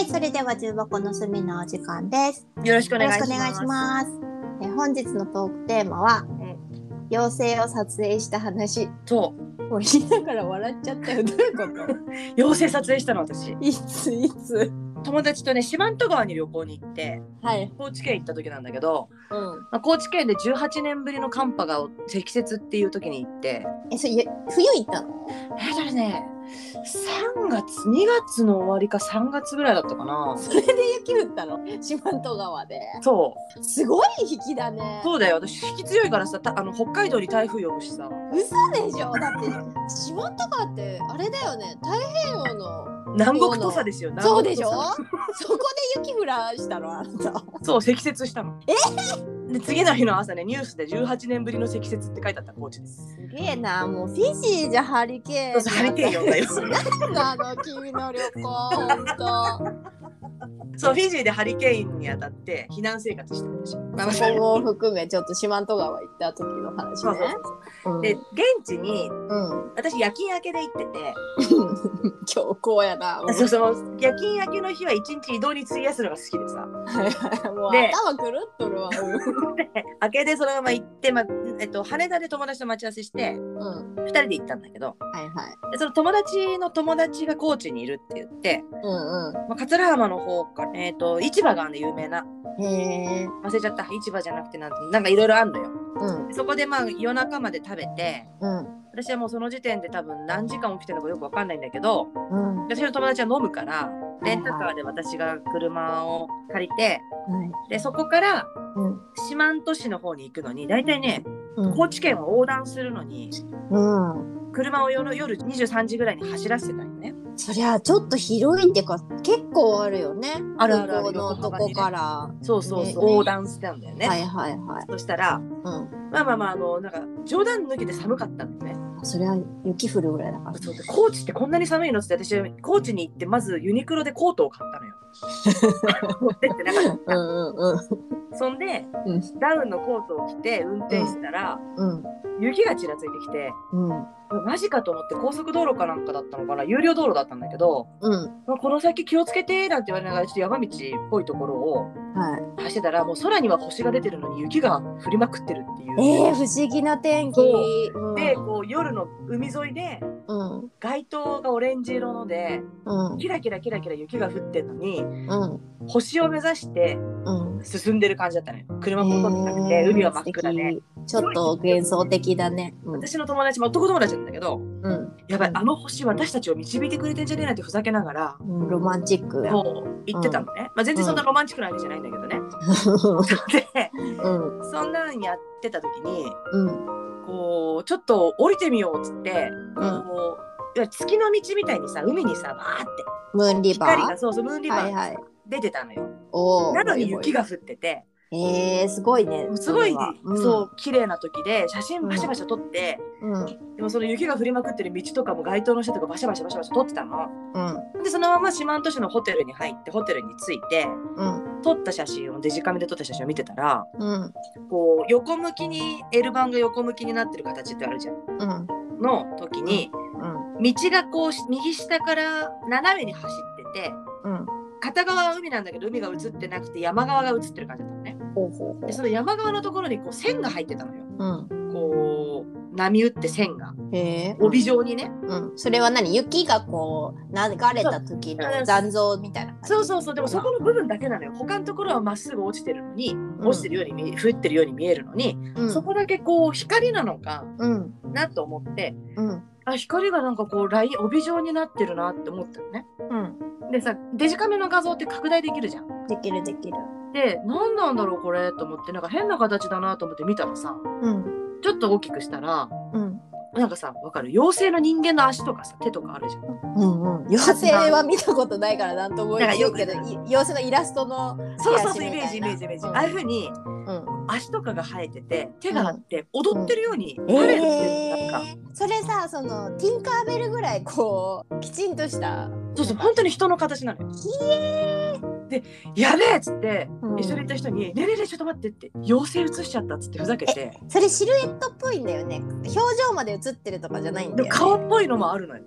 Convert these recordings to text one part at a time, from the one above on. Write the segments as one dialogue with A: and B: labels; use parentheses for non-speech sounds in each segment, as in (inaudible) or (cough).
A: い、それでは重箱の隅のお時間です。
B: よろしくお
A: よ
B: 願
A: ろ
B: いし
A: しく
B: ま
A: お願
B: す。
A: いします。え本日のトークテーマは、
B: うん
A: 妖精を撮影した話。
B: そう、
A: もう言いながら笑っちゃったよ。どういうこと
B: 妖精撮影したの私。
A: いついつ
B: 友達とね、四万十川に旅行に行って、
A: はい。
B: 高知県行った時なんだけど、
A: うん。
B: まあ、高知県で18年ぶりの寒波が積雪っていう時に行って、
A: え、それゆ冬行ったの
B: えー、それね、3月、2月の終わりか3月ぐらいだったかな。
A: それで雪降ったの四万十川で。
B: そう、
A: すごい引きだね。
B: そうだよ。私引き強いからさ、たあの北海道に台風呼ぶしさ。
A: 嘘でしょだって四万十川ってあれだよね太平洋の
B: 南国土佐ですよ。南
A: そう
B: 国
A: で
B: 土
A: し
B: 佐
A: ょそこで雪降らしたのあなた
B: そう、積雪したの。えで次の日の朝ね、ニュースで18年ぶりの積雪って書いてあった高知です。
A: すげえなもうフィジーじゃハリケーン
B: そうそうハリケーン呼んだよ。
A: なんだあの君の旅行本当
B: そうフィジーでハリケーンに当たって避難生活してるんですよ。
A: そこも含めちょっと四万十川行った時の話
B: そうそう
A: ね
B: そううんで現地に
A: うん
B: 私夜勤明けで行ってて、
A: 強行やなも
B: そうそう夜勤明けの日は一日移動に費やすのが好きでさ (laughs)
A: うもう
B: で
A: 頭狂っとる (laughs) わ
B: で明けでそのまま行って、まえっと、羽田で友達と待ち合わせして
A: うんうん
B: 2人で行ったんだけど
A: はいはい
B: でその友達の友達が高知にいるって言って、
A: うん
B: まあ、桂浜の方から、えっと市場があるの有名な
A: うんへえ
B: 忘れちゃった市場じゃなくてなんてなんかいろいろあんのよ。
A: うん
B: そこでまあ夜中まで食べて
A: うん
B: 私はもうその時点で多分何時間起きてるのかよくわかんないんだけど
A: うん
B: 私の友達は飲むからレンタカーで私が車を借りて
A: はい
B: でそこから
A: うん
B: 四万十市の方に行くのに大体ね
A: うん
B: 高知県を横断するのに
A: うん
B: 車を夜夜23時ぐらいに走らせてたんよね。
A: そりゃちょっと広いっていうか結構あるよね。
B: あるあるある
A: 空港のとこから。
B: そうそうそう、
A: ね
B: 横断してたんだよね。
A: はいはいはい。
B: そした
A: う
B: ら
A: ん。
B: まあまあまああのなんか冗談抜きで寒かったんだよね。
A: そりゃ雪降るぐらいだから。
B: そうで高知ってこんなに寒いのって私高知に行ってまずユニクロでコートを買った
A: (laughs)
B: のよ。持ってってなかった。
A: うんうん
B: そんで、
A: うん
B: ダウンのコートを着て運転したら、
A: うん
B: 雪がちらついてきて
A: うん
B: マジかと思って高速道路かなんかだったのかな有料道路だったんだけど、
A: うん。
B: まあこの先気をつけてなんて言われながらちょっと山道っぽいところを
A: はい。
B: 走ってたらもう空には星が出てるのに雪が降りまくってるっていう。
A: ええ不思議な天気。
B: そう
A: うん
B: でこう夜の海沿いで
A: うん
B: 街灯がオレンジ色ので
A: うん
B: キラキラキラキラ雪が降ってるのに
A: うん
B: 星を目指して
A: うん。
B: 進んでる感じだったのよ車も通ってなくて、海は真っ暗
A: え
B: で
A: ー素敵ちょっと幻想的だね。うん
B: 私の友達も男友達なんだけど
A: うん
B: やばいあの星私たちを導いてくれてんじゃねえなんてふざけながら
A: うんロマンチックや。
B: もう言ってたのね、まあ、全然そんなロマンチックなわけじゃないんだけどね、で
A: うん
B: そんなんやってた時に
A: うん
B: こうちょっと降りてみようっつって、
A: うん
B: こういや月の道みたいにさ海にさバーって
A: ムーンリバ
B: 光
A: ー
B: が。そうそうムーンリバ
A: はい
B: ー
A: はい。
B: 出てたのよ、
A: おお。
B: なのに雪が降ってて
A: えー、すごいね。
B: すごい、
A: それは
B: そう綺麗な時で写真バシャバシャ撮って、
A: うん。うん。
B: でもその雪が降りまくってる道とかも街灯の下とかバシャバシャバシャバシャ撮ってたの。
A: うん。
B: でそのまま四万十市のホテルに入ってホテルに着いて
A: うん。
B: 撮った写真をデジカメで撮った写真を見てたら
A: うん。
B: こう横向きに L 版が横向きになってる形ってあるじゃん
A: うん。
B: の時に
A: うん。
B: 道がこう右下から斜めに走ってて
A: うん。
B: 片側は海なんだけど海が映ってなくて山側が映ってる感じだったのね
A: ほうほうほ
B: でその山側のところにこう線が入ってたのよ
A: う。
B: こう波打って線が
A: うん。へえ。
B: 帯状にね
A: うん。それは何雪がこう流れた時の残像みたいな感じ。
B: そうそうそうでもそこの部分だけなのよ他のところはまっすぐ落ちてるのに
A: うん
B: 落ちてるように見え降ってるように見えるのに、
A: うん。
B: そこだけこう光なのか
A: うん。
B: なと思って
A: うん。
B: あ光がなんかこうライン帯状になってるなって思ったのね
A: うん。
B: でさデジカメの画像って拡大できるじゃん
A: できるできる。
B: で何なんだろうこれと思ってなんか変な形だなと思って見たらさ
A: うん。
B: ちょっと大きくしたら
A: うん。
B: なんかさわかる妖精の人間の足とかさ手とかあるじゃん
A: うんうん。妖精は見たことないからなんとも言えないけど、い妖精のイラストの。
B: そうそうそうイ
A: 手足み
B: メー
A: た
B: ジ
A: い
B: イ
A: な
B: メージイメージ、
A: うん
B: ああいう風に
A: うん。
B: 足とかが生えてて手があって踊ってるように
A: え
B: パレルっていう
A: え
B: か、
A: それさ、そのティンカーベルぐらいこうきちんとした。
B: そうそう本当に人の形なのよ。でやべえっつって、
A: うん
B: 一緒にいた人に「ねえねえねえちょっと待って」って「妖精映しちゃった」っつってふざけて
A: それシルエットっぽいんだよね。表情まで映ってるとかじゃないんだよ、
B: で
A: ね。
B: 顔っぽいのもあるのよ。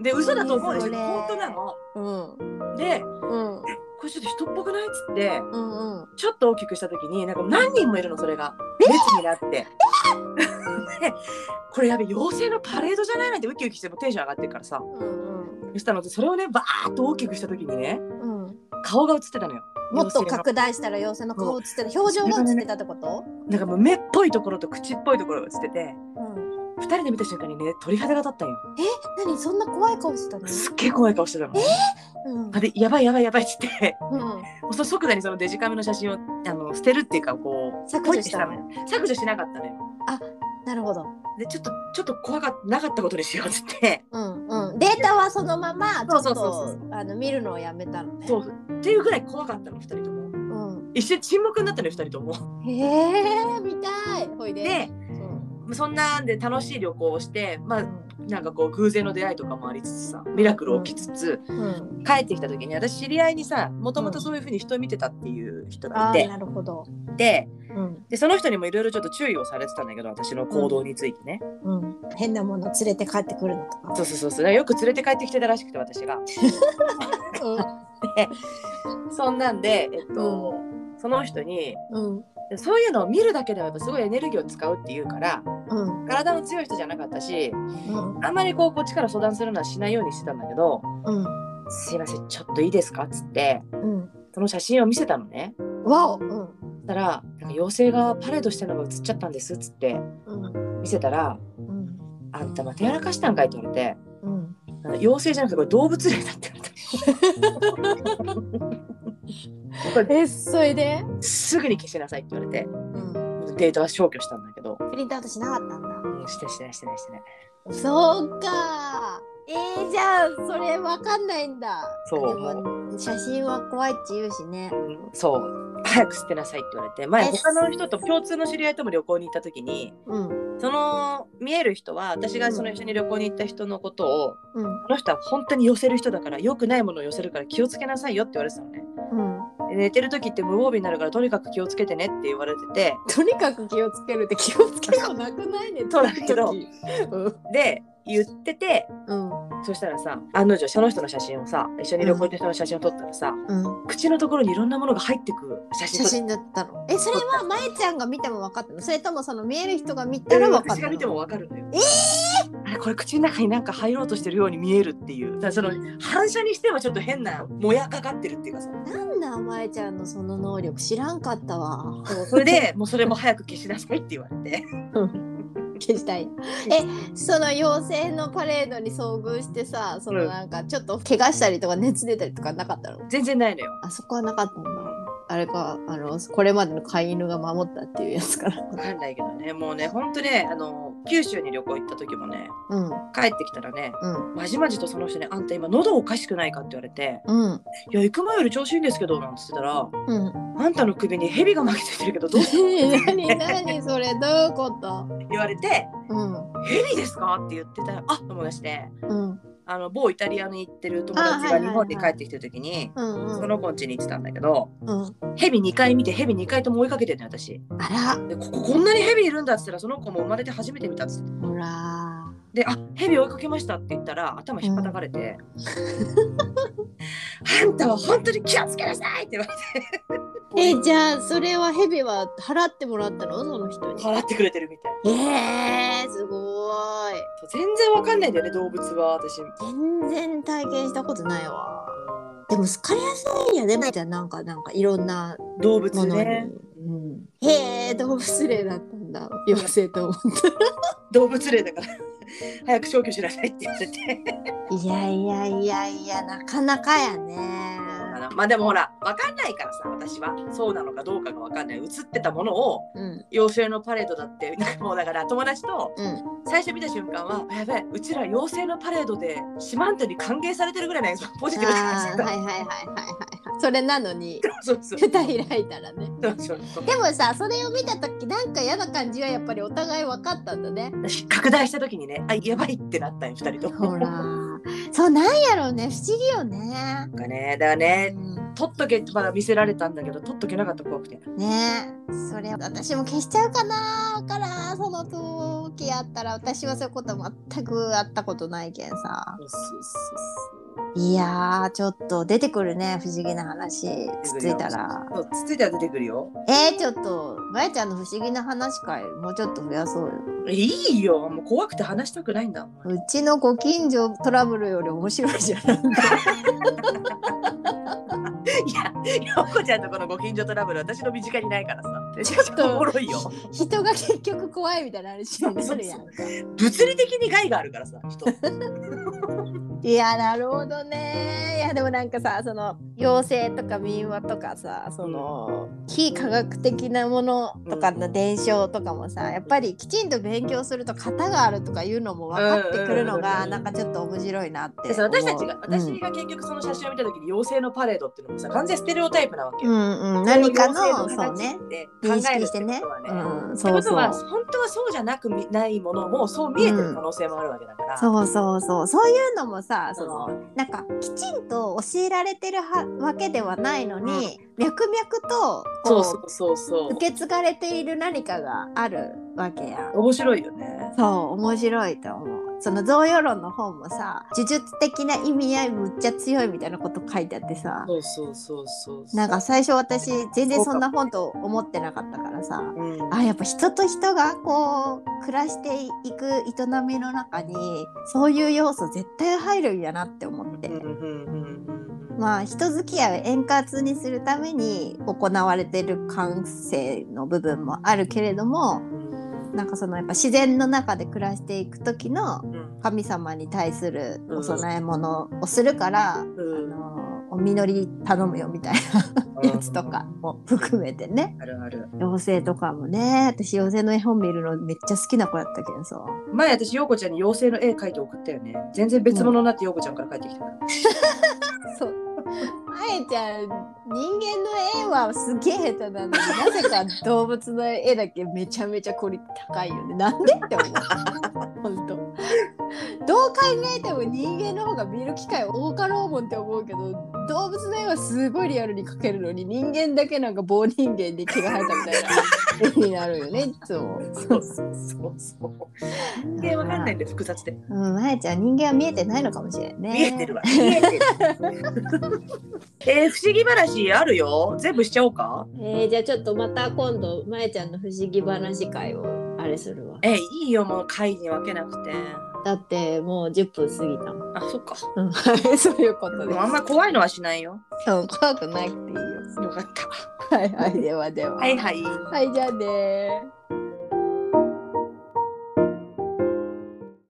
B: で嘘だと思うでしょ
A: それ
B: 本当なの
A: うん
B: で
A: うん
B: これちょっと人っぽくないっつって
A: うんうん
B: ちょっと大きくした時になんか何人もいるのそれが列になって (laughs) でこれやべ妖精のパレードじゃないなんてウキウキしてもテンション上がってるからさ
A: うん
B: そしたらそれをねバーッと大きくした時にね
A: うんうん
B: 顔が映ってたのよ
A: もっと
B: 妖精の
A: 拡大したら妖精の顔映ってる表情が映ってたってこと
B: なんかもう目っぽいところと口っぽいところが映ってて
A: うん
B: 二人で見た瞬間にね鳥肌が立ったんよ
A: え何そんな怖い顔してたの
B: すっげえ怖い顔してたの
A: うん
B: あでやばいやばいやばいっつって
A: うん
B: もうそ即座にそのデジカメの写真をあの捨てるっていうかこう
A: 削除した
B: ポイ
A: の
B: ってのよ削除しなかったのよ
A: なるほど
B: でちょっとちょっと怖かなかったことにしようっつって
A: うんうんデータはそのままちょっ
B: そうそうそ
A: とあの見るのをやめたのね
B: そうっていうぐらい怖かったの2人とも
A: うん
B: 一瞬沈黙になったの2人とも
A: へえ見たいほいで
B: で
A: うん
B: そんなんで楽しい旅行をしてま
A: う
B: あなんかこう偶然の出会いとかもありつつさミラクル起きつつ、
A: ん
B: 帰ってきた時に私知り合いにさもともとそういうふうに人を見てたっていう人が
A: あ
B: い
A: ー
B: て、
A: なるほど
B: で
A: うん
B: でその人にもいろいろちょっと注意をされてたんだけど私の行動についてね、
A: うん変なもの連れて帰ってくるのとか
B: そうそうそうそうよく連れて帰ってきてたらしくて私がそんなんで、えっとその人に
A: うんうん
B: そういうのを見るだけではやっぱすごいエネルギーを使うっていうから
A: うん
B: 体の強い人じゃなかったし
A: うん
B: あんまりこうこっちから相談するのはしないようにしてたんだけど
A: うん
B: 「すいませんちょっといいですか?」っつって
A: うん
B: その写真を見せたのね。
A: わおうん
B: そしたらなんか妖精がパレードしてるのが写っちゃったんですっつって
A: うん
B: 見せたら
A: うん
B: 「あんたまたやらかしたんかい」って言われて
A: うん
B: 「あの妖精じゃなくてこれ動物霊だ」って言われ
A: (laughs)
B: て (laughs)
A: えそれです
B: ぐに消しなさいって言われて
A: うん
B: データは消去したんだけど、
A: プリントアウトしなかったんだ
B: うん、してしてないしてないしてない
A: そうかえー、じゃあそれわかんないんだ
B: そう
A: でも写真は怖いって言うしね
B: そう早く捨てなさいって言われて前
A: え
B: 他の人と共通の知り合いとも旅行に行った時に
A: うん
B: その見える人は私がその一緒に旅行に行った人のことを
A: うん
B: この人は本当に寄せる人だから良くないものを寄せるから気をつけなさいよって言われてたのね
A: うん
B: で寝てる時って無防備になるからとにかく気をつけてねって言われてて
A: とにかく気をつけるって気をつけようなくないね
B: そうだけど
A: 時々
B: で言ってて
A: うん
B: そしたらさ案の定その人の写真をさ一緒に旅行行った人の写真を撮ったらさ、
A: うん、うん、
B: 口のところにいろんなものが入ってく写
A: 写
B: 真撮っ
A: 真だったのえそれはまえちゃんが見ても分かったのそれともその見える人が見たら分かっ
B: 私
A: た
B: が
A: の
B: 見てもわかるのよ。えあれこれ口の中になんか入ろうとしてるように見えるっていうだからその反射にしてはちょっと変なもやかかってるっていうかさ
A: なんだまえちゃんのその能力知らんかったわ
B: (laughs) それでもうそれも早く消しなさいって言われ (laughs) て
A: 消したいえその妖精のパレードに遭遇してさそのなんかちょっと怪我したりとか熱出たりとかなかったの
B: 全然ないのよ
A: あそこはなかったんだあれかあのこれまでの飼い犬が守ったっていうやつから
B: 分かんないけどねもうねほんとねあの九州に旅行行った時もね
A: (laughs) うん
B: 帰ってきたらね
A: うん
B: まじまじとその人に「あんた今喉おかしくないか?」って言われて
A: うん (laughs)
B: 「いや行く前より調子いいんですけど」なんつってたら「
A: うん
B: あんたの首に蛇が巻きついてるけどどう?」
A: 何何それどういうこと
B: 言われて
A: うん
B: 「蛇ですか?」って言ってたら「あっ」思い出して。
A: うん
B: あの某イタリアに行ってる友
A: あ
B: 達
A: はいはいは
B: が日
A: い
B: 本に帰ってきてる時に、
A: うんうん
B: その子ん家に行ってたんだけど、
A: うん
B: ヘビ2回見てヘビ2回とも追いかけてるのよ私
A: あ
B: でこここんなにヘビいるんだっつったらその子も生まれて初めて見たっつって
A: らほら
B: で「あヘビ追いかけました」って言ったら頭ひっぱたかれて「あんたは本当に気をつけなさい!」って言われて
A: えじゃあそれはヘビは払ってもらったのその人に
B: 払ってくれてるみたい
A: えー、すごーい
B: そう全然わかんないんだよね動物は私
A: 全然体験したことないわでも好かれやすいよねまいちゃんなんかなんかいろんな
B: 動物
A: ものに、
B: ね
A: うん、へえ動物霊だったんだ妖精と思っ
B: 動物霊だから早く消去しなさいって言われて
A: たいやいやいやいやなかなかやね
B: あのまあでもほら分かんないからさ私はそうなのかどうかが分かんない映ってたものを
A: うん
B: 妖精のパレードだってなんかもうだから友達と
A: うん
B: 最初見た瞬間は「やべえうちら妖精のパレードで四万十に歓迎されてるぐらいねポジティブな
A: あ
B: 感
A: ー
B: じだ
A: は
B: っ
A: いはいはいはいはいそれなのに
B: たそうそうそう
A: 蓋開いたらね
B: そうそう
A: でもさそれを見た時なんか嫌な感じはやっぱりお互い分かったんだね
B: 拡大した時にね「あやばい」ってなったよ2人とも。
A: ほらそうなんやろうね不思議よね
B: なんかねだからね
A: うん
B: 取っとけってまだ見せられたんだけど取っとけなかった怖くて
A: ねえそれ私も消しちゃうかなからその時あったら私はそういうこと全くあったことないけんさいやーちょっと出てくるね不思議な話つっついたら
B: そうつついたら出てくるよ
A: えー、ちょっとまやちゃんの不思議な話会もうちょっと増やそうよ
B: いいよもう怖くて話したくないんだもん
A: うちのご近所トラブルより面白いじゃん
B: いや陽子ちゃんとこのご近所トラブル私の身近にないからさめちゃくち
A: ちょっ
B: ゃ
A: と
B: おもろいよ
A: 人が結局怖いみたいな話になるやんか
B: 物理的に害があるからさ人
A: いやなるほどねいやでもなんかさその妖精とか民話とかさその非科学的なものとかの伝承とかもさやっぱりきちんと勉強すると型があるとかいうのも分かってくるの
B: うんうんうん
A: が
B: うん
A: なんかちょっと面白いなって思う
B: でさ私たちが
A: う
B: 私
A: ん
B: が結局その写真を見た時に妖精のパレードっていうのもさ完全ステレオタイプなわけ
A: う
B: よ、
A: んうん、何かの
B: その
A: そう
B: 妖
A: ね
B: 精の形って
A: 認
B: 考える
A: 識
B: っ
A: しててね
B: ことはね
A: うん、
B: って
A: そ
B: こ
A: う
B: と
A: そ
B: は
A: う
B: 本当はそうじゃなくみないものもそう見えてる可能性もあるわけだから、
A: そうそうそうそういうのもさそ
B: そう
A: のなんかきちんと教えられてるはわけではないのに、脈々とこ
B: そうそうそうそう
A: 受け継がれている何かがあるわけや。
B: 面白いよね
A: そう面白いと思う。その贈与論の方もさ呪術的な意味合いむっちゃ強いみたいなこと書いてあってさ
B: そうそうそうそうそう
A: なんか最初私全然そんな本と思ってなかったからさ
B: うん
A: あやっぱ人と人がこう暮らしていく営みの中にそういう要素絶対入るんやなって思って
B: うんうんうんうんうん
A: まあ人付き合いを円滑にするために行われてる感性の部分もあるけれどもなんかそのやっぱ自然の中で暮らしていく時の
B: うん
A: 神様に対するお供え物をするから、
B: うん
A: あのお実り頼むよみたいなやつとかも含めてね
B: あるある
A: 妖精とかもね私妖精の絵本見るのめっちゃ好きな子やったけんさ
B: 前私陽子ちゃんに妖精の絵描いて送ったよね全然別物になって陽子ちゃんから帰ってきたから
A: そうあえちゃん人間の絵はすげえ下手なのになぜか動物の絵だけめちゃめちゃこり高いよねなんでって思う本当どう考えても人間の方が見る機会多かろうもんって思うけど動物の絵はすごいリアルに描けるのに人間だけなんか棒人間で毛が生えたみたいな
B: (laughs)
A: 絵になるよねいつも。
B: そうそうそうそう人間わかんないんで複雑で、
A: うん、まやちゃん人間は見えてないのかもしれんね。
B: 見えてるわ (laughs) 見えてるえー、不思議話あるよ全部しちゃおうか
A: えー、じゃあちょっとまた今度まえちゃんの不思議話会をあれするわ
B: えー、いいよもう会に分けなくて
A: だってもう10分過ぎたもん、
B: あそっか
A: (laughs) うん、はいそういうことで
B: もうあんま怖いのはしないよ
A: すうん怖くなくていいよ
B: よかった
A: はいはいではでは
B: はいはい
A: はいじゃあねー